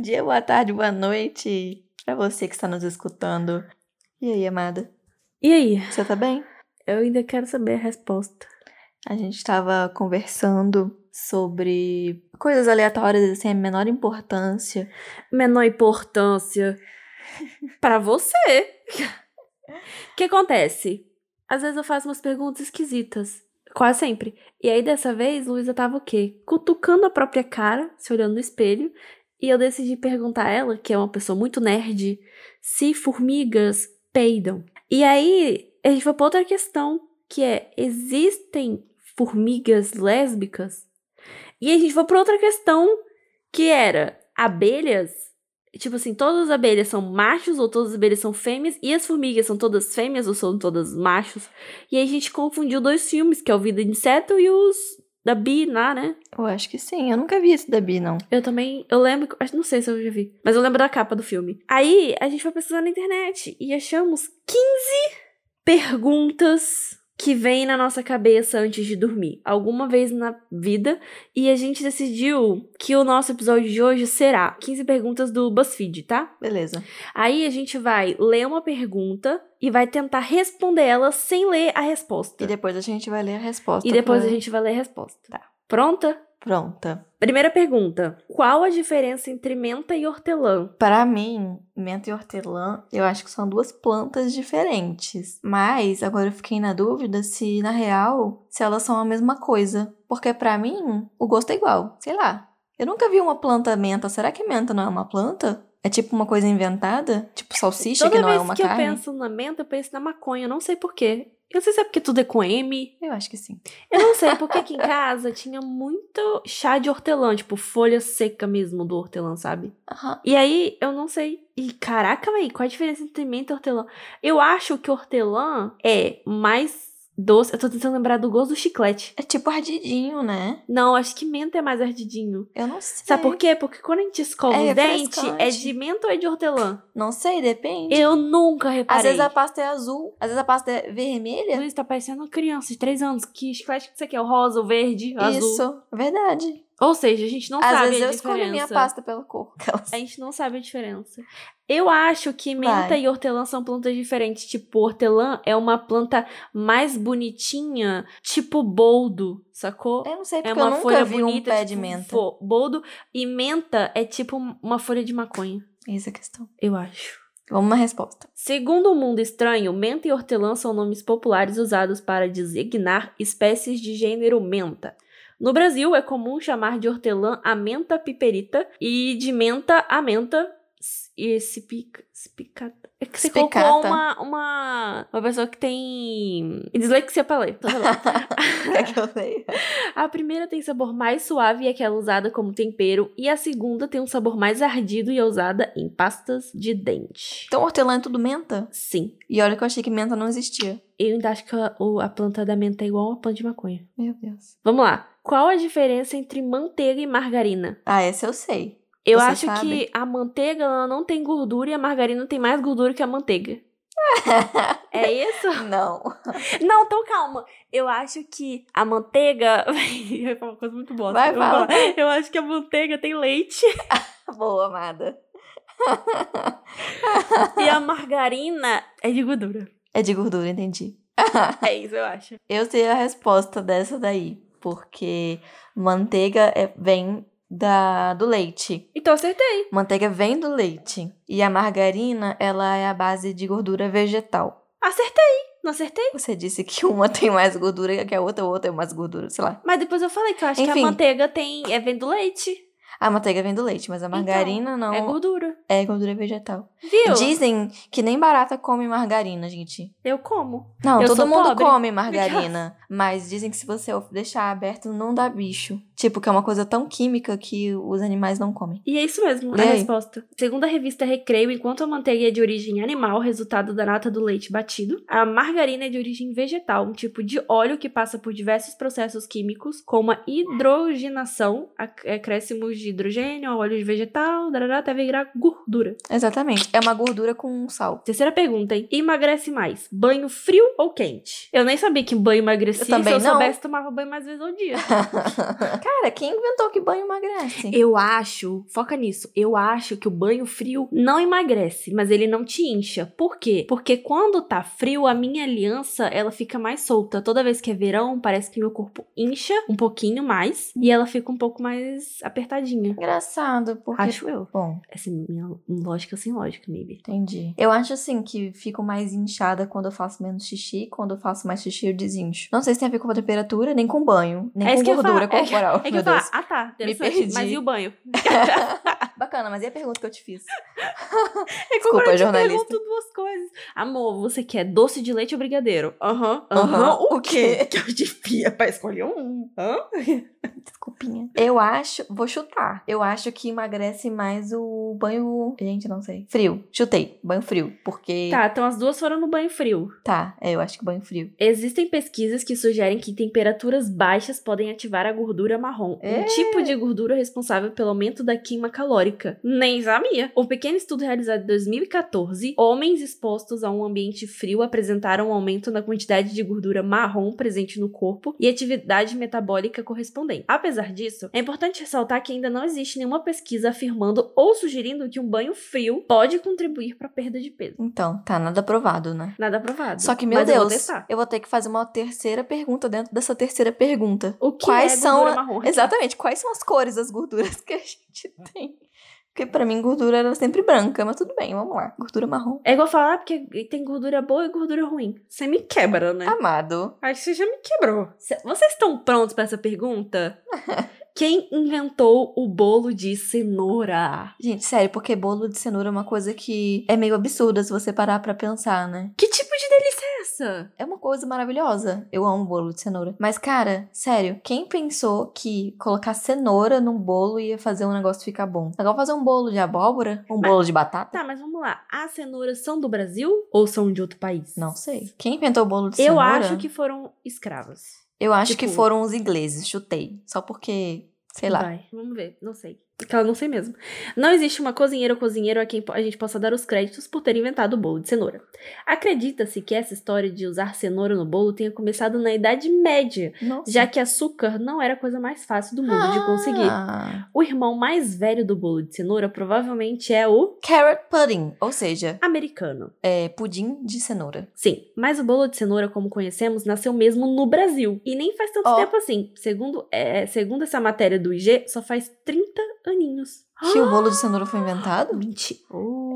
dia, boa tarde, boa noite pra você que está nos escutando. E aí, amada? E aí? Você tá bem? Eu ainda quero saber a resposta. A gente estava conversando sobre coisas aleatórias, assim, a menor importância. Menor importância pra você. O que acontece? Às vezes eu faço umas perguntas esquisitas. Quase sempre. E aí, dessa vez, Luísa tava o quê? Cutucando a própria cara, se olhando no espelho. E eu decidi perguntar a ela, que é uma pessoa muito nerd, se formigas peidam. E aí, a gente foi pra outra questão, que é: existem formigas lésbicas? E a gente foi pra outra questão, que era: abelhas? Tipo assim, todas as abelhas são machos ou todas as abelhas são fêmeas? E as formigas são todas fêmeas ou são todas machos? E aí a gente confundiu dois filmes, que é o Vida de Inseto e os da Bee lá, né? Eu acho que sim, eu nunca vi esse da Bi, não. Eu também, eu lembro, acho não sei se eu já vi, mas eu lembro da capa do filme. Aí a gente foi pesquisar na internet e achamos 15 perguntas que vêm na nossa cabeça antes de dormir, alguma vez na vida, e a gente decidiu que o nosso episódio de hoje será 15 perguntas do BuzzFeed, tá? Beleza. Aí a gente vai ler uma pergunta e vai tentar responder ela sem ler a resposta. E depois a gente vai ler a resposta. Tá. E depois pra- a gente vai ler a resposta. Tá. Pronta? Pronta. Primeira pergunta: Qual a diferença entre menta e hortelã? Para mim, menta e hortelã, eu acho que são duas plantas diferentes. Mas agora eu fiquei na dúvida se, na real, se elas são a mesma coisa. Porque pra mim, o gosto é igual. Sei lá. Eu nunca vi uma planta menta. Será que menta não é uma planta? É tipo uma coisa inventada? Tipo salsicha Toda que não vez é uma que carne? eu penso na menta, eu penso na maconha, eu não sei porquê. Eu não sei se é porque tudo é com M. Eu acho que sim. Eu não sei, porque aqui em casa tinha muito chá de hortelã, tipo folha seca mesmo do hortelã, sabe? Aham. E aí, eu não sei. E caraca, véi, qual a diferença entre menta e hortelã? Eu acho que hortelã é mais doce. Eu tô tentando lembrar do gosto do chiclete. É tipo ardidinho, né? Não, acho que menta é mais ardidinho. Eu não sei. Sabe por quê? Porque quando a gente escova É os dentes, é refrescante. de menta ou é de hortelã? Não sei, depende. Eu nunca reparei. Às vezes a pasta é azul, às vezes a pasta é vermelha. Luiz tá parecendo uma criança de 3 anos. Que chiclete que você quer? O rosa, o verde, o azul. Isso, verdade. Ou seja, a gente não Às sabe vezes a eu diferença. É escolho minha pasta pela cor. Aquelas- A gente não sabe a diferença. Eu acho que menta Vai. e hortelã são plantas diferentes. Tipo, hortelã é uma planta mais bonitinha, tipo boldo, sacou? Eu não sei É porque eu uma nunca folha vi bonita, um pé tipo de menta. fo- boldo. E menta é tipo uma folha de maconha, Essa é a questão. eu acho. Vamos uma resposta. Segundo o mundo estranho, menta e hortelã são nomes populares usados para designar espécies de gênero menta. No Brasil, é comum chamar de hortelã a menta piperita e de menta a menta s- e cipica, cipicata. É que você colocou Cipicata. uma, uma, uma pessoa que tem dislexia pra ler. Então, tá bom. Quer É que eu leia? A primeira tem sabor mais suave e é aquela usada como tempero, e a segunda tem um sabor mais ardido e é usada em pastas de dente. Então hortelã é tudo menta? Sim, E olha que eu achei que menta não existia. Eu ainda acho que a, o- a planta da menta é igual a planta de maconha. Meu Deus. Vamos lá. Qual a diferença entre manteiga e margarina? Ah, essa eu sei. Eu Você acho sabe? que a manteiga ela não tem gordura e a margarina tem mais gordura que a manteiga. É isso? não. Não, então calma. Eu acho que a manteiga. Vai falar uma coisa muito boa. Vai, fala. Eu acho que a manteiga tem leite Boa, amada. e a margarina é de gordura. É de gordura, entendi. É isso, eu acho. Eu sei a resposta dessa daí. Porque manteiga é- vem da, do leite. Então acertei. Manteiga vem do leite e a margarina, ela é a base de gordura vegetal. Acertei. Não acertei? Você disse que uma tem mais gordura que a outra, a outra tem mais gordura, sei lá. Mas depois eu falei que eu acho que Enfim. a manteiga tem. É vem do leite. A manteiga vem do leite, mas a margarina não É gordura. é gordura vegetal. Viu? Dizem que nem barata come margarina, gente. Eu como. Não, Eu todo sou mundo pobre. come margarina, mas dizem que se você deixar aberto não dá bicho. Tipo, que é uma coisa tão química que os animais não comem. E é isso mesmo, Lê a aí. resposta. Segundo a revista Recreio, enquanto a manteiga é de origem animal, resultado da nata do leite batido, a margarina é de origem vegetal, um tipo de óleo que passa por diversos processos químicos, como a hidrogenação, ac- acréscimos de hidrogênio, ao óleo vegetal, darará, até virar gordura. Exatamente. É uma gordura com sal. Terceira pergunta, hein? Emagrece mais, banho frio ou quente? Eu nem sabia que banho se, também se eu não. soubesse, tomava banho mais vezes ao dia. Cara, quem inventou que banho emagrece? eu acho, foca nisso, eu acho que o banho frio não emagrece, mas ele não te incha. Por quê? Porque quando tá frio, a minha aliança, ela fica mais solta. Toda vez que é verão, parece que meu corpo incha um pouquinho mais e ela fica um pouco mais apertadinha. Engraçado, porque. Acho eu. Bom, Essa é minha lógica sem lógica, maybe. entendi. Eu acho assim que fico mais inchada quando eu faço menos xixi. Quando eu faço mais xixi, eu desincho. Não sei se tem a ver com a temperatura, nem com banho, nem É com isso que eu ia gordura falar. corporal. É que meu eu falo, Deus. ah tá, Me interessante, perdi. mas e o banho? Bacana, mas e a pergunta que eu te fiz? É Desculpa, como eu te jornalista. pergunto duas coisas. Amor, você quer doce de leite ou brigadeiro? Aham. Aham. Aham, o O quê? Que eu devia pra escolher um. Hã? Desculpinha. Eu acho. Vou chutar. Eu acho que emagrece mais o banho. Gente, não sei. Frio. Chutei. Banho frio. Porque. Tá, então as duas foram no banho frio. Tá, é, eu acho que banho frio. Existem pesquisas que sugerem que temperaturas baixas podem ativar a gordura marrom, É. um tipo de gordura responsável pelo aumento da queima calórica. Nem sabia. Um pequeno estudo realizado em 2014, homens expostos a um ambiente frio apresentaram um aumento na quantidade de gordura marrom presente no corpo e atividade metabólica correspondente. Apesar disso, é importante ressaltar que ainda não existe nenhuma pesquisa afirmando ou sugerindo que um banho frio pode contribuir para a perda de peso. Então, tá, nada provado, né? Nada provado. Só que, meu Mas eu vou Deus, testar. eu vou ter que fazer uma terceira pergunta dentro dessa terceira pergunta. O que Quais é são gordura a- marrom? Exatamente, quais são as cores das gorduras que a gente tem? Porque pra mim gordura era sempre branca, mas tudo bem, vamos lá. Gordura marrom. É igual falar ah, porque tem gordura boa e gordura ruim. Você me quebra, Ah. né? Amado. Acho que você já me quebrou. Cê- Vocês estão prontos pra essa pergunta? Quem inventou o bolo de cenoura? Gente, sério, porque bolo de cenoura é uma coisa que é meio absurda se você parar pra pensar, né? Que tipo de delícia é essa? É uma coisa maravilhosa. Eu amo bolo de cenoura. Mas, cara, sério, quem pensou que colocar cenoura num bolo ia fazer um negócio ficar bom? Agora fazer um bolo de abóbora? Um bolo de batata? Tá, mas vamos lá. As cenouras são do Brasil ou são de outro país? Não sei. Quem inventou o bolo de Eu cenoura? acho que foram escravas. Eu acho tipo- que foram os ingleses, chutei. Só porque, sei lá. Vai, vamos ver. Não sei. Porque ela não sei mesmo. Não existe uma cozinheira ou cozinheiro a quem po- a gente possa dar os créditos por ter inventado o bolo de cenoura. Acredita-se que essa história de usar cenoura no bolo tenha começado na Idade Média, Nossa. já que açúcar não era a coisa mais fácil do mundo de conseguir. Ah, O irmão mais velho do bolo de cenoura provavelmente é o Carrot pudding, ou seja, americano. é pudim de cenoura. Sim, mas o bolo de cenoura como conhecemos nasceu mesmo no Brasil. E nem faz tanto Ó. tempo assim. Segundo, é, segundo essa matéria do IG, só faz 30 aninhos. Que o bolo de cenoura foi inventado? Mentira.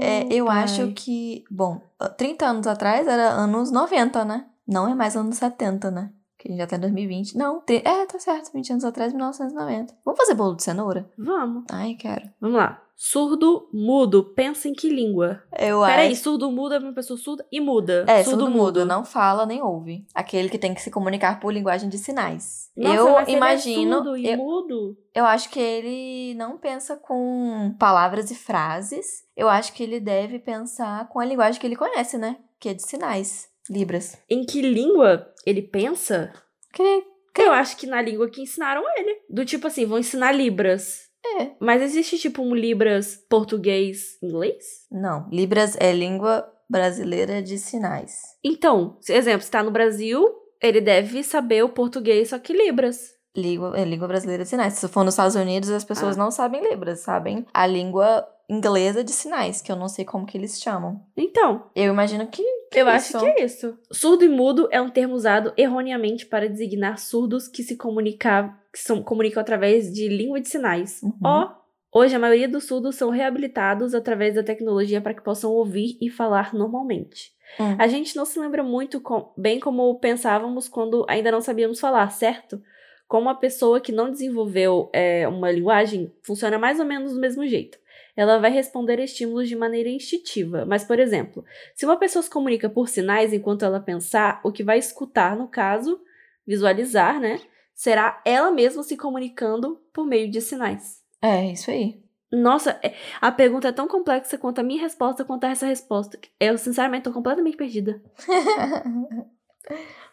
É, eu acho que, bom, 30 anos atrás era anos 90, né? Não é mais anos 70, né? Que a gente já tá em 2020. Não, tem- é, tá certo, 20 anos atrás, 1990. Vamos fazer bolo de cenoura? Vamos. Ai, quero. Vamos lá. Surdo, mudo, pensa em que língua? Eu Peraí, acho. surdo, mudo é uma pessoa surda e muda. É, surdo mudo, não fala nem ouve. Aquele que tem que se comunicar por linguagem de sinais. Nossa, eu mas ele é imagino. surdo e eu- mudo? Eu acho que ele não pensa com palavras e frases. Eu acho que ele deve pensar com a linguagem que ele conhece, né? Que é de sinais. Libras. Em que língua ele pensa? Que- Eu acho que na língua que ensinaram ele. Do tipo assim, vão ensinar Libras. É. Mas existe tipo um Libras português inglês? Não. Libras é língua brasileira de sinais. Então, se- exemplo, se tá no Brasil, ele deve saber o português, só que Libras. Língua, é língua brasileira de sinais. Se for nos Estados Unidos, as pessoas não sabem Libras, sabem a língua inglesa de sinais, que eu não sei como que eles chamam. Então, Eu imagino que. que Eu isso. acho que é isso. Surdo e mudo é um termo usado erroneamente para designar surdos que se comunica- que são- comunicam através de língua de sinais. Uhum. Ó, hoje a maioria dos surdos são reabilitados através da tecnologia para que possam ouvir e falar normalmente. Hum. A gente não se lembra muito com- bem como pensávamos quando ainda não sabíamos falar, certo? Como a pessoa que não desenvolveu é, uma linguagem funciona mais ou menos do mesmo jeito. Ela vai responder a estímulos de maneira instintiva. Mas, por exemplo, se uma pessoa se comunica por sinais enquanto ela pensar, o que vai escutar, no caso, visualizar, né? Será ela mesma se comunicando por meio de sinais. É, isso aí. Nossa, é- a pergunta é tão complexa quanto a minha resposta quanto a essa resposta. Eu, sinceramente, tô completamente perdida.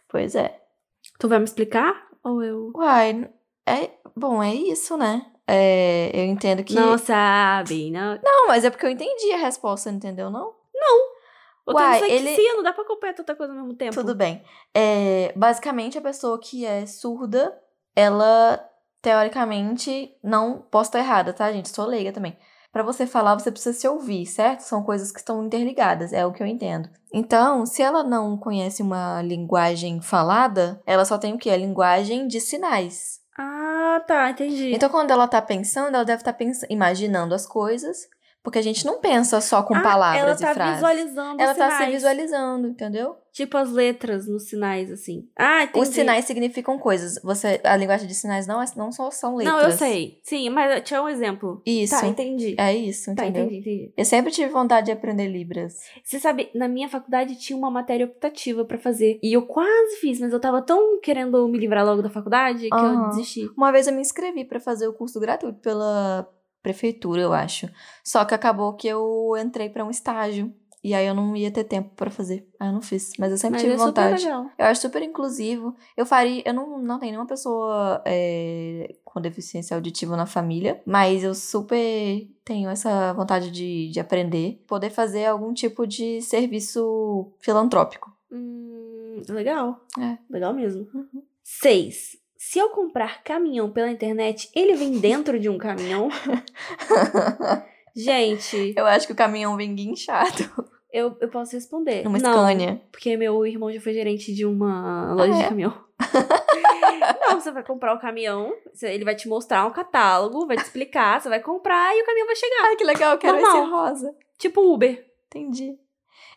pois é. Tu vai me explicar? Ou eu. Uai, é, bom, é isso, né? É, eu entendo que. Não sabe, não. Não, mas é porque eu entendi a resposta, entendeu? Não? Não. Ou tem Uai, dislexia, não dá pra acompanhar tanta coisa ao mesmo tempo. Tudo bem. É, basicamente, a pessoa que é surda, ela teoricamente não. Posso estar errada, tá, gente? Sou leiga também. Pra você falar, você precisa se ouvir, certo? São coisas que estão interligadas, é o que eu entendo. Então, se ela não conhece uma linguagem falada, ela só tem o quê? A linguagem de sinais. Ah, tá, entendi. Então, quando ela tá pensando, ela deve estar pensando, imaginando as coisas, porque a gente não pensa só com Ah, palavras ela e tá frases. visualizando Ela os sinais. tá se visualizando, entendeu? Tipo as letras nos sinais, assim. Ah, entendi. Os sinais significam coisas. Você, a linguagem de sinais não, é, não só são letras. Não, eu sei. Sim, mas tinha um exemplo. Isso. Tá, entendi. É isso, Tá, entendeu? entendi, entendi. Eu sempre tive vontade de aprender Libras. Você sabe, na minha faculdade tinha uma matéria optativa pra fazer. E eu quase fiz, mas eu tava tão querendo me livrar logo da faculdade que eu Aham. desisti. Uma vez eu me inscrevi pra fazer o curso gratuito pela prefeitura, eu acho. Só que acabou que eu entrei pra um estágio. E aí eu não ia ter tempo pra fazer. Aí eu não fiz. Mas eu sempre Mas tive é vontade. super legal. Eu acho super inclusivo. Eu faria. Eu não, não tenho nenhuma pessoa é, com deficiência auditiva na família, mas eu super tenho essa vontade de, de aprender, poder fazer algum tipo de serviço filantrópico. Hum, legal. É. Legal mesmo. Seis. Se eu comprar caminhão pela internet, ele vem dentro de um caminhão? Gente, Eu acho que o caminhão vem guinchado eu, eu posso responder. numa Não, Scania. porque meu irmão já foi gerente de uma loja Ah, de é? caminhão. Não, você vai comprar o caminhão, você- ele vai te mostrar um catálogo, vai te explicar, você vai comprar e o caminhão vai chegar. Ai, que legal, eu quero esse Normal. rosa. Tipo Uber. Entendi.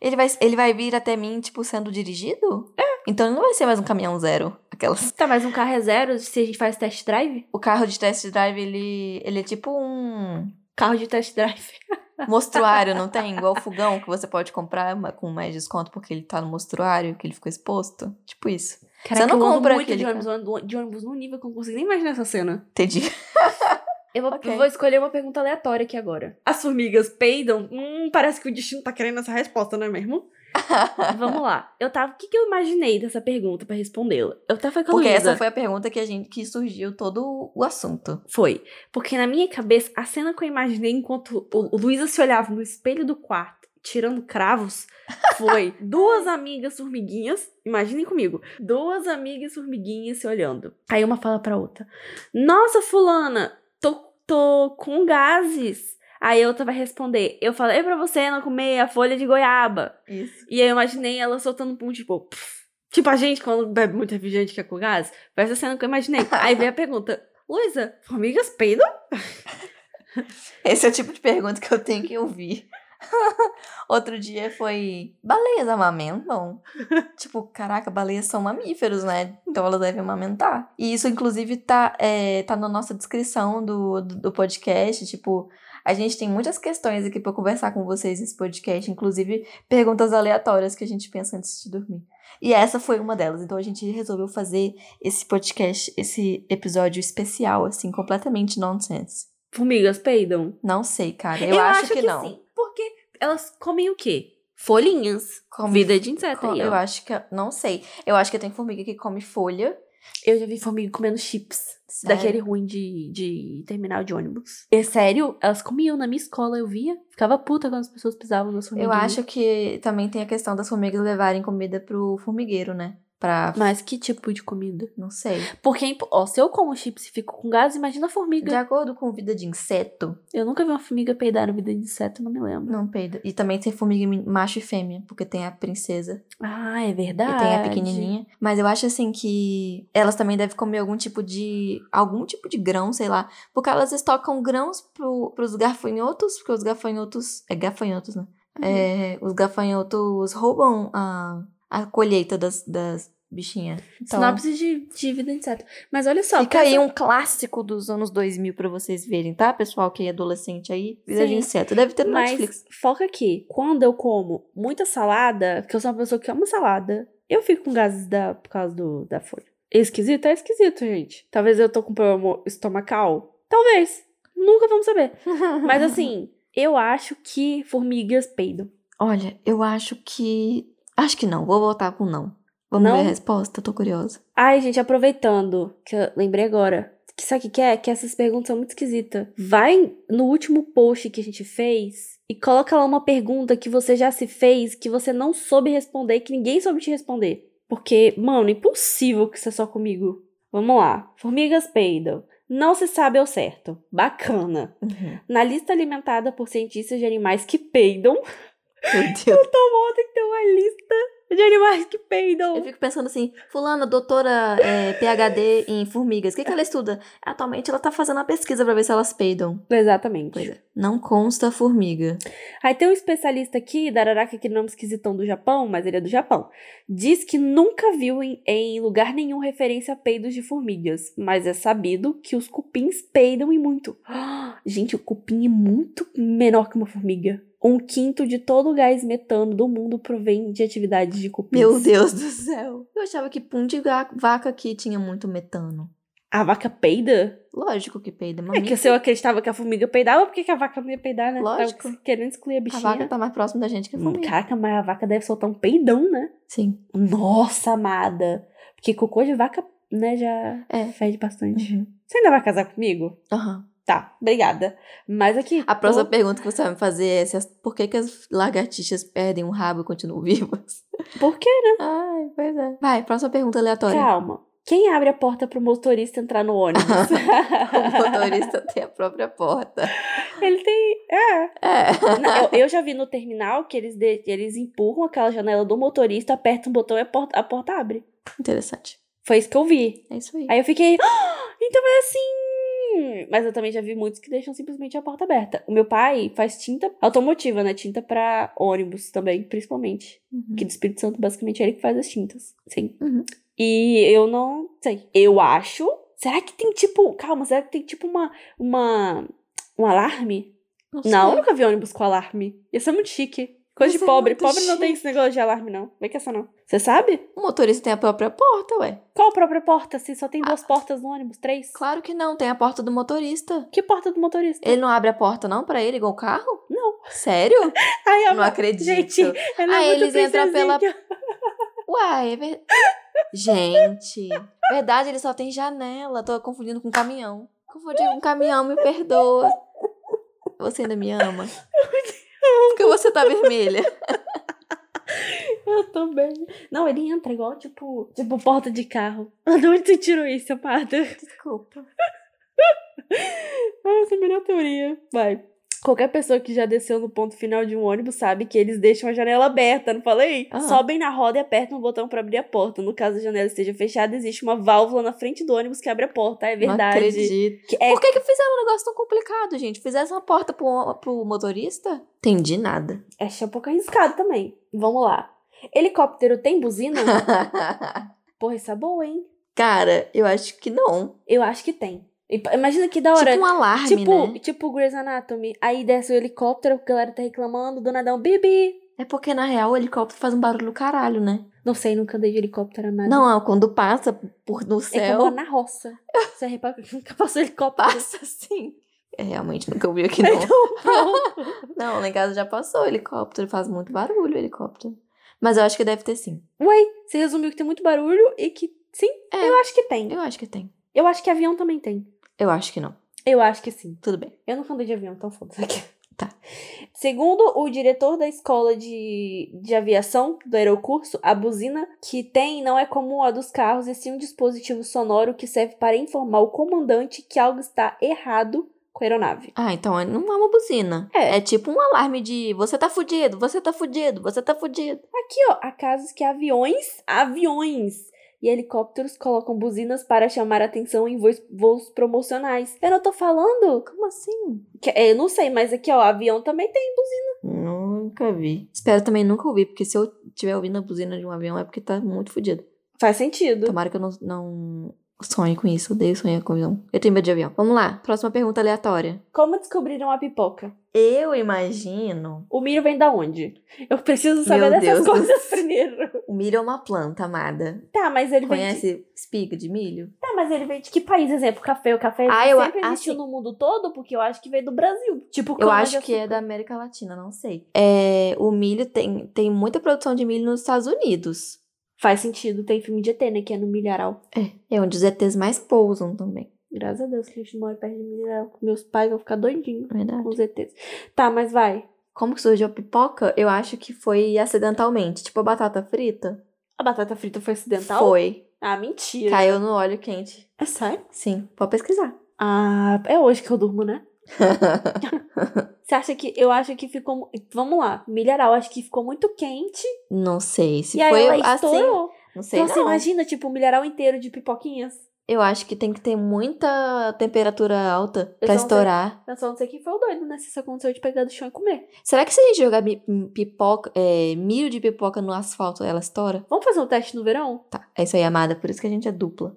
Ele vai, ele vai vir até mim, tipo, sendo dirigido? É. Então ele não vai ser mais um caminhão zero. Aquelas. Tá, mas um carro é zero se a gente faz test drive? O carro de test drive, ele, ele é tipo um. Carro de test drive. Mostruário, não tem? Igual o fogão que você pode comprar ma- com mais desconto porque ele tá no mostruário, que ele ficou exposto. Tipo isso. Caraca, não eu ando compra muito de aquele ônibus, eu ando de ônibus num nível que eu não consigo nem imaginar essa cena. Entendi. Eu vou, Ok. eu vou escolher uma pergunta aleatória aqui agora. As formigas peidam? Hum, parece que o destino tá querendo essa resposta, não é mesmo? Vamos lá. Eu tava. O que, que eu imaginei dessa pergunta pra respondê-la? Eu tava com a Porque Luísa. essa foi a pergunta que a gente que surgiu todo o assunto. Foi. Porque na minha cabeça, a cena que eu imaginei enquanto o, o Luísa se olhava no espelho do quarto, tirando cravos, foi duas amigas formiguinhas. Imaginem comigo. Duas amigas formiguinhas se olhando. Aí uma fala pra outra: Nossa, Fulana, tô, tô com gases. Aí a outra vai responder: Eu falei pra você não comer a folha de goiaba. Isso. E aí eu imaginei ela soltando um pum, tipo. pff. Tipo a gente, quando bebe muito refrigerante que é com gás, foi essa cena que eu imaginei. Aí veio a pergunta: Luísa, formigas peidam? Esse é o tipo de pergunta que eu tenho que ouvir. Outro dia foi. Baleias amamentam? tipo, caraca, baleias são mamíferos, né? Então elas devem amamentar. E isso, inclusive, tá, é, tá na nossa descrição do, do, do podcast. Tipo, a gente tem muitas questões aqui pra conversar com vocês nesse podcast, inclusive perguntas aleatórias que a gente pensa antes de dormir. E essa foi uma delas. Então a gente resolveu fazer esse podcast, esse episódio especial, assim, completamente nonsense. Formigas peidam? Não sei, cara. Eu, acho, que, não. sim. Porque elas comem o quê? Folhinhas. Come- Vida de inseto. Co- aí, ó. eu acho que. Não sei. Eu acho que tem formiga que come folha. Eu já vi formiga comendo chips. Sério? Daquele ruim de, de terminal de ônibus. É sério? Elas comiam na minha escola, eu via. Ficava puta quando as pessoas pisavam nas Eu formiguinhas. acho que também tem a questão das formigas levarem comida pro formigueiro, né? Pra. Mas que tipo de comida? Não sei. Porque, é impo- ó, se eu como chips e fico com gás, imagina a formiga. De acordo com vida de inseto, Eu nunca vi uma formiga peidar na vida de inseto, não me lembro. não peida. E também tem formiga men- macho e fêmea, porque tem a princesa Ah, é verdade. e tem a pequenininha. Mas eu acho assim que elas também devem comer algum tipo de. algum tipo de grão, sei lá. Porque elas estocam grãos pro, pros gafanhotos, porque os gafanhotos. É gafanhotos, né? Uhum. É, os gafanhotos roubam a, a colheita das, das bichinhas. Então, Sinopse de, de vida de inseto. Mas olha só. fica pensa- aí um clássico dos anos 2000 pra vocês verem, tá? Pessoal que é adolescente aí, vida de Sim. inseto. Deve ter um no Mas Netflix. foca aqui. Quando eu como muita salada, porque eu sou uma pessoa que ama salada, eu fico com gases da, por causa do, da folha. É esquisito? É esquisito, gente. Talvez eu tô com problema estomacal. Talvez. Nunca vamos saber. Mas assim, eu acho que formigas peidam. Olha, eu acho que... Acho que não, vou voltar com não. Vamos Não? ver a resposta? Tô curiosa. Ai, gente, aproveitando, que eu lembrei agora. que sabe o que que é? Que essas perguntas são muito esquisitas. Vai no último post que a gente fez e coloca lá uma pergunta que você já se fez, que você não soube responder, que ninguém soube te responder. Porque, mano, impossível que isso é só comigo. Vamos lá. Formigas peidam. Não se sabe ao certo. Bacana. Uhum. Na lista alimentada por cientistas de animais que peidam. Meu Deus. Tomou, tem que ter uma lista de animais que peidam. Eu fico pensando assim, fulana, doutora é, PHD em formigas, o que, que ela estuda? Atualmente ela tá fazendo uma pesquisa pra ver se elas peidam. Exatamente. Pois é. Não consta formiga. Aí tem um especialista aqui, Dararaka, que é nome esquisitão do Japão, mas ele é do Japão. Diz que nunca viu em, em lugar nenhum referência a peidos de formigas, mas é sabido que os cupins peidam e muito. Gente, o cupim é muito menor que uma formiga. Um quinto de todo o gás metano do mundo provém de atividades de cupins. Meu Deus do céu. Eu achava que pum de ga- vaca aqui tinha muito metano. A vaca peida? Lógico que peida, É mas que se eu acreditava que a formiga peidava, por que que a vaca não ia peidar, né? Lógico. Tava querendo excluir a a bichinha. vaca tá mais próxima da gente que a Hum, formiga. Caraca, mas a vaca deve soltar um peidão, né? Sim. Nossa, amada. Porque cocô de vaca, né, já É. fede bastante. Uhum. Você ainda vai casar comigo? Aham. Tá, obrigada. Mas aqui. A próxima por- pergunta que você vai me fazer é se as- por que, que as lagartixas perdem um rabo e continuam vivas? Por quê? Ai, pois é. Vai, próxima pergunta aleatória. Calma. Quem abre a porta pro motorista entrar no ônibus? O motorista tem a própria porta. Ele tem. É. É. Não, eu, eu já vi no terminal que eles, de- eles empurram aquela janela do motorista, apertam um botão e a porta, a porta abre. Interessante. Foi isso que eu vi. É isso aí. Aí eu fiquei. "Ah, então é assim! Mas eu também já vi muitos que deixam simplesmente a porta aberta. O meu pai faz tinta automotiva, né? Tinta pra ônibus também, principalmente. Uhum. Porque do Espírito Santo, basicamente, é ele que faz as tintas. Sim. Uhum. E eu não sei. Eu acho. Será que tem tipo. Calma, será que tem tipo uma. uma um alarme? Não, eu sei. nunca vi ônibus com alarme. Ia ser muito chique. Coisa Ia de ser pobre. muito Pobre não tem chique. esse negócio de alarme, não. Vem que essa não. Você sabe? O motorista tem a própria porta, ué. Qual a própria porta? Se só tem Ah. duas portas no ônibus? Três? Claro que não, tem a porta do motorista. Que porta do motorista? Ele não abre a porta não pra ele, igual o carro? Não. Sério? Ai, eu não acredito. Gente, ela Aí é muito eles entram pela- princesinha. Uai, é verdade. Gente, verdade, ele só tem janela. Tô confundindo com caminhão. Confundi com caminhão, me perdoa. Você ainda me ama? Porque você tá vermelha. Eu também. Não, ele entra igual, tipo, tipo, porta de carro. De onde você tirou isso, Amada? Desculpa. Ah, Essa é a melhor teoria. Vai. Qualquer pessoa que já desceu no ponto final de um ônibus sabe que eles deixam a janela aberta, não falei? Ah. Sobem na roda e apertam o botão pra abrir a porta. No caso a janela esteja fechada, existe uma válvula na frente do ônibus que abre a porta. É Não verdade. acredito. Que é- Por que, que fizeram um negócio tão complicado, gente? Fizessem uma porta pro, pro motorista? Entendi nada. Achei um pouco arriscado também. Vamos lá. Helicóptero tem buzina? Porra, isso é boa, hein? Cara, eu acho que não. Eu acho que tem. E pa- Imagina que da hora. tipo um alarme, Tipo, né? tipo Grey's Anatomy. Aí desce o helicóptero, a galera tá reclamando, do nadão, bibi. É porque, na real, o helicóptero faz um barulho do caralho, né? Não sei, nunca andei de helicóptero, amada. Não, quando passa por no É que eu moro céu, na roça. Você repara que eu nunca passou helicóptero. passa assim. É, realmente, nunca ouvi aqui, não. Pronto. Não, lá em casa já passou o helicóptero. Faz muito barulho o helicóptero. Mas eu acho que deve ter sim. Ué, você resumiu que tem muito barulho e que. Sim, É. eu acho que tem. Eu acho que tem. Eu acho que avião também tem. Eu acho que não. Eu acho que sim. Tudo bem. Eu nunca andei de avião, então foda-se aqui. Tá. Segundo o diretor da escola de, de aviação do aerocurso, a buzina que tem não é comum a dos carros, e sim um dispositivo sonoro que serve para informar o comandante que algo está errado com a aeronave. Ah, então é- não é uma buzina. É. É tipo um alarme de você tá fudido, você tá fudido, você tá fudido. Aqui, ó, há casos que aviões, aviões e helicópteros colocam buzinas para chamar atenção em voos, voos promocionais. Eu não tô falando? Como assim? Que- é, eu não sei, mas aqui, ó, avião também tem. Nunca vi. Espero também nunca ouvir, porque se eu tiver ouvindo a buzina de um avião é porque tá muito fudido. Faz sentido. Tomara que eu não, não sonhe com isso. Eu odeio sonhar com avião. Eu tenho medo de avião. Vamos lá, próxima pergunta aleatória. Como descobriram a pipoca? Eu imagino. O milho vem da onde? Eu preciso saber Meu Deus dessas do coisas primeiro. O milho é uma planta, amada. Tá, mas ele vem de... Conhece espiga de milho? Tá, mas ele vem de que país? Exemplo, café. O café Ah, eu- sempre existiu assim- no mundo todo, porque eu acho que veio do Brasil. Tipo, Eu cana de acho que é açúcar. da América Latina, não sei. É, o milho tem, tem muita produção de milho nos Estados Unidos. Faz sentido. Tem filme de ET, né? Que é no milharal. É, é onde os ETs mais pousam também. Graças a Deus que a gente mora perto de mineral. Meus pais vão ficar doidinhos é Verdade. com os ETs. Tá, mas vai. Como que surgiu a pipoca? Eu acho que foi acidentalmente. Tipo a batata frita. A batata frita foi acidental? Foi. Ah, mentira. Caiu no óleo quente. É sério? Sim, pode pesquisar. Ah, é hoje que eu durmo, né? Você acha que. Eu acho que ficou. mu- Vamos lá. Milharal, acho que ficou muito quente. não sei se e aí foi ela assim. estourou. Não sei Então você não. imagina, tipo, um milharal inteiro de pipoquinhas. Eu acho que tem que ter muita temperatura alta Eu pra só não sei. estourar. Eu só não sei quem foi o doido, né? Se isso aconteceu de pegar do chão e comer. Será que se a gente jogar mi- pipoca, é, milho de pipoca no asfalto, ela estoura? Vamos fazer um teste no verão? Tá, é isso aí, amada. Por isso que a gente é dupla.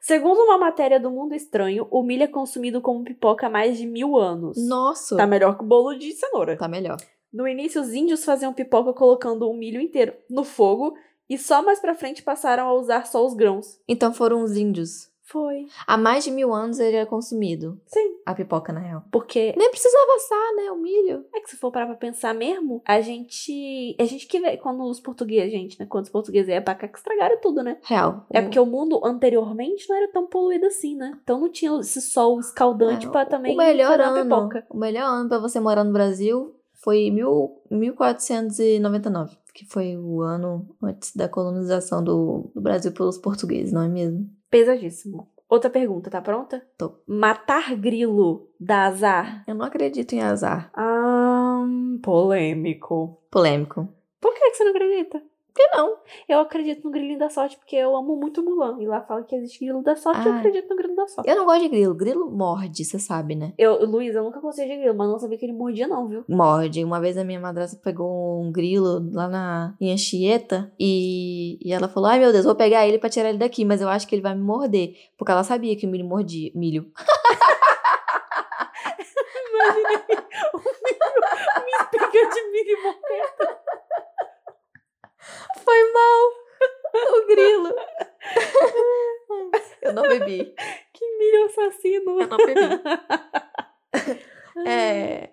Segundo uma matéria do Mundo Estranho, o milho é consumido como pipoca há mais de mil anos. Nossa! Tá Tá, melhor que o bolo de cenoura. melhor. No início, os índios faziam pipoca colocando o milho inteiro no fogo e só mais pra frente passaram a usar só os grãos. Então foram os índios. Foi. Há mais de mil anos ele era consumido. Sim. A pipoca, na real. Porque Nem precisava assar, né? O milho. É que se for parar pra pensar mesmo, a gente. A gente que vê. Quando os portugueses, gente, né? Quando os portugueses iam pra cá, que estragaram tudo, né? Real. É O- porque o mundo anteriormente não era tão poluído assim, né? Então não tinha esse sol escaldante É, pra também. o melhor fazer uma ano. pipoca. O melhor ano pra você morar no Brasil foi mil, 1499. Que foi o ano antes da colonização do, do Brasil pelos portugueses, não é mesmo? Pesadíssimo. Outra pergunta, tá pronta? Tô. Matar grilo dá azar? Eu não acredito em azar. Ah, polêmico. Polêmico. Por que, que você não acredita? Que não? Eu acredito no grilinho da sorte porque eu amo muito Mulan. E lá fala que existe grilo da sorte, eu Ah. acredito no grilo da sorte. Eu não gosto de grilo. Grilo morde, você sabe, né? Eu, Luiz, eu nunca gostei de grilo, mas não sabia que ele mordia, não, viu? Morde. Uma vez a minha madrasta pegou um grilo lá na em Anchieta e, e ela falou: Ai meu Deus, vou pegar ele pra tirar ele daqui, mas eu acho que ele vai me morder. Porque ela sabia que o milho mordia. Milho. Pica de milho morreu. Foi mal. O grilo. eu não bebi. Que milho assassino. Eu não bebi. É,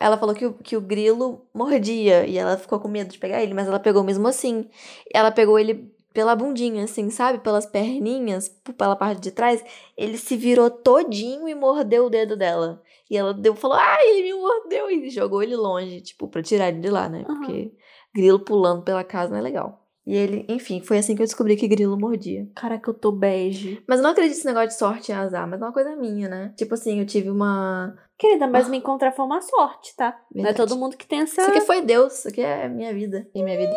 Ela falou que o, que o grilo mordia e ela ficou com medo de pegar ele, mas ela pegou mesmo assim. Ela pegou ele pela bundinha, assim, sabe? Pelas perninhas, p- pela parte de trás. Ele se virou todinho e mordeu o dedo dela. E ela deu, falou, ai, ele me mordeu! E jogou ele longe, tipo, pra tirar ele de lá, né? Aham. Porque grilo pulando pela casa não é legal. E ele, enfim, foi assim que eu descobri que grilo mordia. Caraca, eu tô bege. Mas eu não acredito nesse negócio de sorte e azar, mas é uma coisa minha, né? Tipo assim, eu tive uma. Querida, mas me encontrar foi uma sorte, tá? Não é Ah. Verdade. todo mundo que tem essa. Isso aqui foi Deus, isso aqui é minha vida. E minha vida.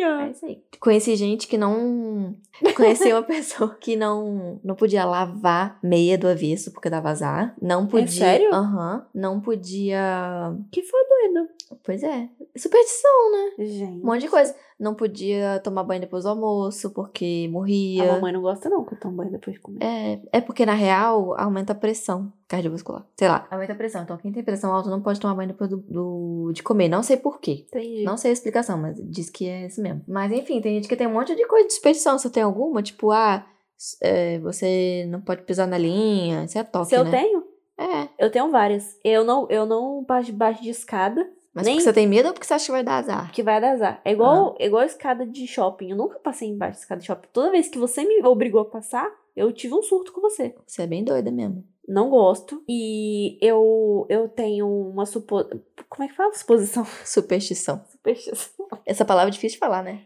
É isso aí. Conheci gente que não. Conheci uma pessoa que não não podia lavar meia do avesso porque dava azar. Não podia. É sério? Aham. não podia. É. Que foi doido. Pois é. Superstição, Gente. um monte de coisa. Não podia tomar banho depois do almoço porque A morria. mamãe não gosta, não, que eu tomo banho depois de comer. É, é porque, na real, aumenta a pressão cardiovascular. Sei lá. Aumenta a pressão. Então, quem tem pressão alta não pode tomar banho depois do, do- de comer. Não sei por quê. Entendi. Não sei a explicação, mas diz que é isso mesmo. Mas, enfim, tem gente que tem um monte de coisa de superstição. Você tem alguma? Tipo, ah, s- é, você não pode pisar na linha. Isso é toque, Se eu né? tenho, É. eu tenho várias. Eu não, eu não passo debaixo de escada, Mas Nem- porque você tem medo ou porque você acha que vai dar azar? que vai dar azar. É igual, Ah. é igual a escada de shopping. Eu nunca passei embaixo de escada de shopping. Toda vez que você me obrigou a passar, eu tive um surto com você. Você é bem doida mesmo. Não gosto. E eu, eu tenho uma supo... Como é que fala? Suposição. Superstição. Superstição. Essa palavra é difícil de falar, né?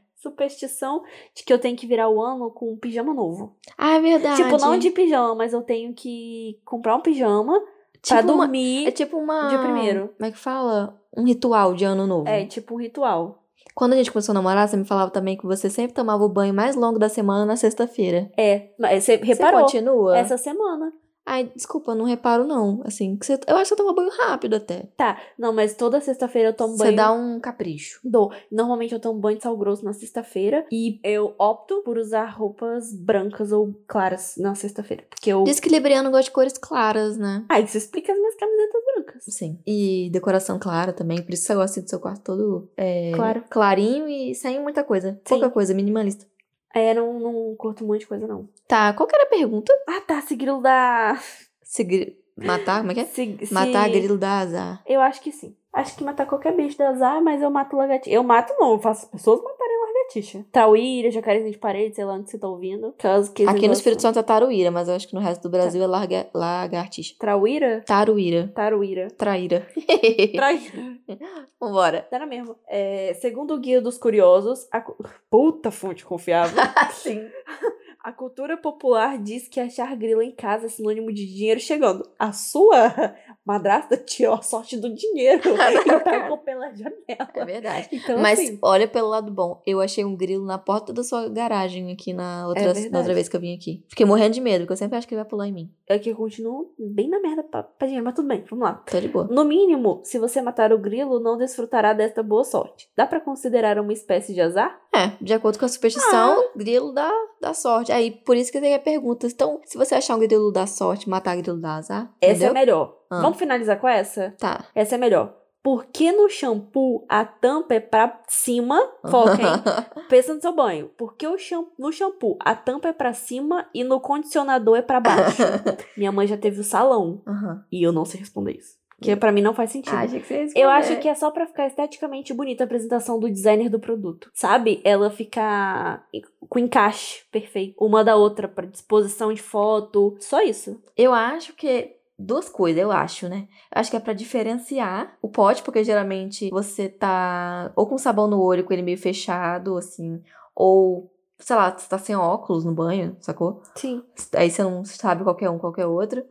Superstição de que eu tenho que virar o ano com um pijama novo. Ah, é verdade. Tipo, não de pijama, mas eu tenho que comprar um pijama pra Tipo uma- dormir. É tipo uma... Dia primeiro. Como é que fala? Um ritual de ano novo. É, tipo um ritual. Quando a gente começou a namorar, você me falava também que você sempre tomava o banho mais longo da semana na sexta-feira. É, mas você Você Ah. reparou continua? essa semana. Ai, desculpa, eu não reparo não. Assim, que você- eu acho que eu tomo banho rápido até. Tá, não, mas toda sexta-feira eu tomo você banho. dá um capricho. Dou. Normalmente eu tomo banho de sal grosso na sexta-feira e eu opto por usar roupas brancas ou claras na sexta-feira. Porque eu. Diz que Libriano gosta de cores claras, né? Ah, isso explica as minhas camisetas brancas. Sim. E decoração clara também, por isso você gosta do seu quarto todo é, Claro. clarinho e sem muita coisa. Pouca coisa, minimalista. É, não, não curto um monte de coisa, não. Tá, qual que era a pergunta? Ah, tá, esse grilo da. Se gri- Matar, como é que é? Se, se- Matar grilo da azar. Eu acho que sim. Acho que matar qualquer bicho dá azar, mas eu mato lagartixa. Eu mato não, eu faço as pessoas matarem Tisha. Trauíra, jacarezinho de parede, sei lá onde você tá ouvindo. Caso que Aqui no Espírito Santo é taruíra, mas eu acho que no resto do Brasil é larga, lagartixa. Trauíra? Taruíra. Taruíra. Traíra. Traíra. Vambora. Era mesmo. Tá É, segundo o Guia dos Curiosos, a... cu- puta fonte confiável. Sim. A cultura popular diz que achar grila em casa é sinônimo de dinheiro chegando. A sua madrasta tirou a sorte do dinheiro e pegou pela É janela. verdade. Então, Mas assim, olha pelo lado bom. Eu achei um grilo na porta da sua garagem aqui na outra, verdade. na outra vez que eu vim aqui. Fiquei morrendo de medo, porque eu sempre acho que ele vai pular em mim. é que eu continuo bem na merda pra, pra dinheiro, mas tudo bem, vamos lá. Tô de boa. No mínimo, se você matar o grilo, não desfrutará desta boa sorte. Dá pra considerar uma espécie de azar? É, de acordo com a superstição, Ah. grilo dá, dá sorte. Aí, por isso que tem a pergunta. Então, se você achar um grilo da sorte, matar grilo dá azar. Essa é entendeu? melhor. Ah. Vamos finalizar com essa? Tá. Essa é melhor. Por que no shampoo a tampa é pra cima? Foca, hein? Pensa no seu banho. Por que o sham- no shampoo a tampa é pra cima e no condicionador é pra baixo? Minha mãe já teve o salão Aham. e eu não sei responder isso. Hum. Porque pra mim não faz sentido. Achei que você Eu acho que é só pra ficar esteticamente bonita a apresentação do designer do produto. Sabe? Ela ficar em- com encaixe perfeito. Uma da outra, pra disposição de foto. Só isso. Eu acho que. é Duas coisas, eu acho, né? Eu acho que é pra diferenciar o pote, porque geralmente você tá ou com sabão no olho, com ele meio fechado, assim, ou, sei lá, você tá sem óculos no banho, sacou? Sim. Aí você não sabe qual que é um, qual que é outro.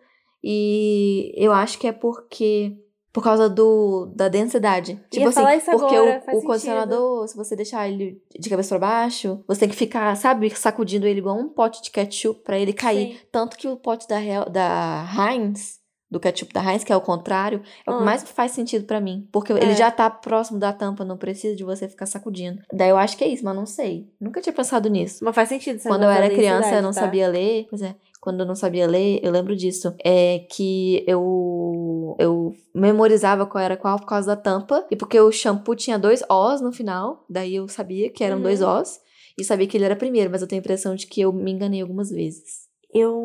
E eu acho que é porque. Por causa do, da densidade. Tipo assim, falar isso porque agora, o, faz o condicionador, se você deixar ele de cabeça pra baixo, você tem que ficar, sabe, sacudindo ele igual um pote de ketchup pra ele cair. Sim. Tanto que o pote da, Hel- da Heinz, do ketchup da Heinz, que é o contrário, é o que Ah. mais faz sentido pra mim. Porque ele É. já tá próximo da tampa, não precisa de você ficar sacudindo. Daí eu acho que é isso, mas não sei. Nunca tinha pensado nisso. Mas faz sentido. esse Quando eu negócio da era criança, eu densidade, não tá? sabia ler. Pois é, quando eu não sabia ler, eu lembro disso. É que eu, eu memorizava qual era qual por causa da tampa. E porque o shampoo tinha dois Os no final, daí eu sabia que eram Uhum. dois Os. E sabia que ele era primeiro, mas eu tenho a impressão de que eu me enganei algumas vezes. Eu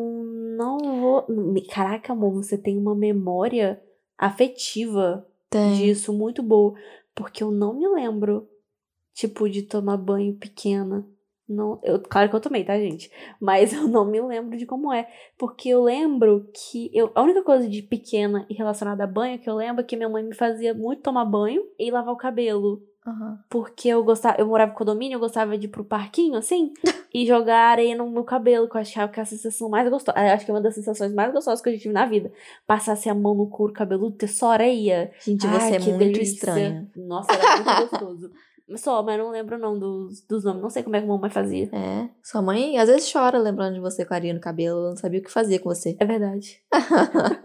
não vou. Me- Caraca, amor, você tem uma memória afetiva Tem. disso muito boa. Porque eu não me lembro, tipo, de tomar banho pequena. Não, eu, claro que eu tomei, tá, gente? Mas eu não me lembro de como é. Porque eu lembro que. Eu, a única coisa de pequena e relacionada a banho que eu lembro é que minha mãe me fazia muito tomar banho e lavar o cabelo. Aham. Porque eu gostava, eu morava em condomínio, eu gostava de ir pro parquinho, assim, e jogar areia no meu cabelo, que eu achava que era a sensação mais gostosa. Eu acho que é uma das sensações mais gostosas que eu já tive na vida. Passar assim, a mão no couro cabeludo, ter só areia. Gente, Ai, você é que muito delícia. estranha. Nossa, era muito gostoso. Só, mas eu não lembro não dos, dos nomes. Não sei como é que a mamãe fazia. É. Sua mãe às vezes chora lembrando de você com a areia no cabelo, ela não sabia o que fazer com você. É verdade.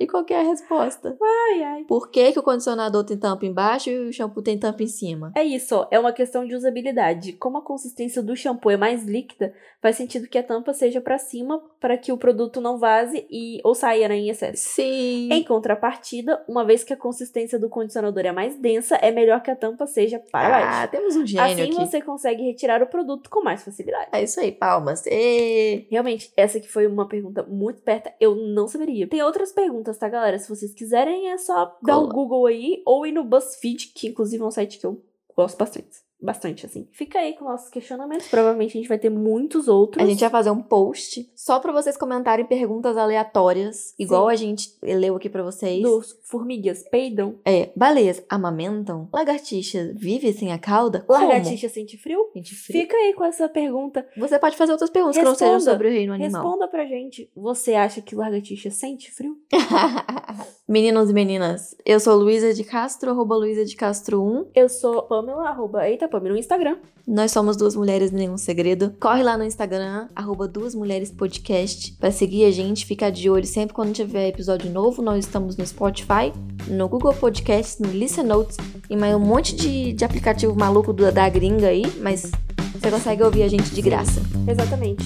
e qual que é a resposta? Ai, ai. Por que, que o condicionador tem tampa embaixo e o shampoo tem tampa em cima? É isso, ó. É uma questão de usabilidade. Como a consistência do shampoo é mais líquida, faz sentido que a tampa seja pra cima, pra que o produto não vaze e ou saia né, em excesso. Sim. Em contrapartida, uma vez que a consistência do condicionador é mais densa, é melhor que a tampa seja para ah, baixo. temos um Assim gênio aqui. você consegue retirar o produto com mais facilidade. É isso aí, palmas. Ê! Realmente, essa aqui foi uma pergunta muito esperta, eu não saberia. Tem outras perguntas, tá, galera? Se vocês quiserem, é só dar um Cola. Google aí ou ir no BuzzFeed, que inclusive é um site que eu gosto bastante. Bastante, assim. Fica aí com nossos questionamentos. Provavelmente a gente vai ter muitos outros. A gente vai fazer um post só pra vocês comentarem perguntas aleatórias, igual a gente leu aqui pra vocês. dos formigas peidam. É, baleias amamentam? Lagartixa vive sem a cauda? Como? Lagartixa sente frio? Gente, frio. Fica aí com essa pergunta. Você pode fazer outras perguntas que não Responda. sejam sobre o reino animal. Responda pra gente. Você acha que lagartixa sente frio? Meninos e meninas, eu sou Luísa de Castro, arroba Luísa de Castro 1. Eu sou Pamela, arroba Eita Pamela no Instagram. Nós somos Duas Mulheres Nenhum Segredo. Corre lá no Instagram, arroba Duas Mulheres Podcast, pra seguir a gente, ficar de olho sempre quando tiver episódio novo. Nós estamos no Spotify, no Google Podcasts, no Listen Notes e mais um monte de, de aplicativo maluco da, da gringa aí, mas você consegue ouvir a gente de graça. Exatamente.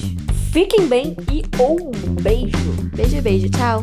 Fiquem bem e ou um beijo. Beijo, beijo, tchau!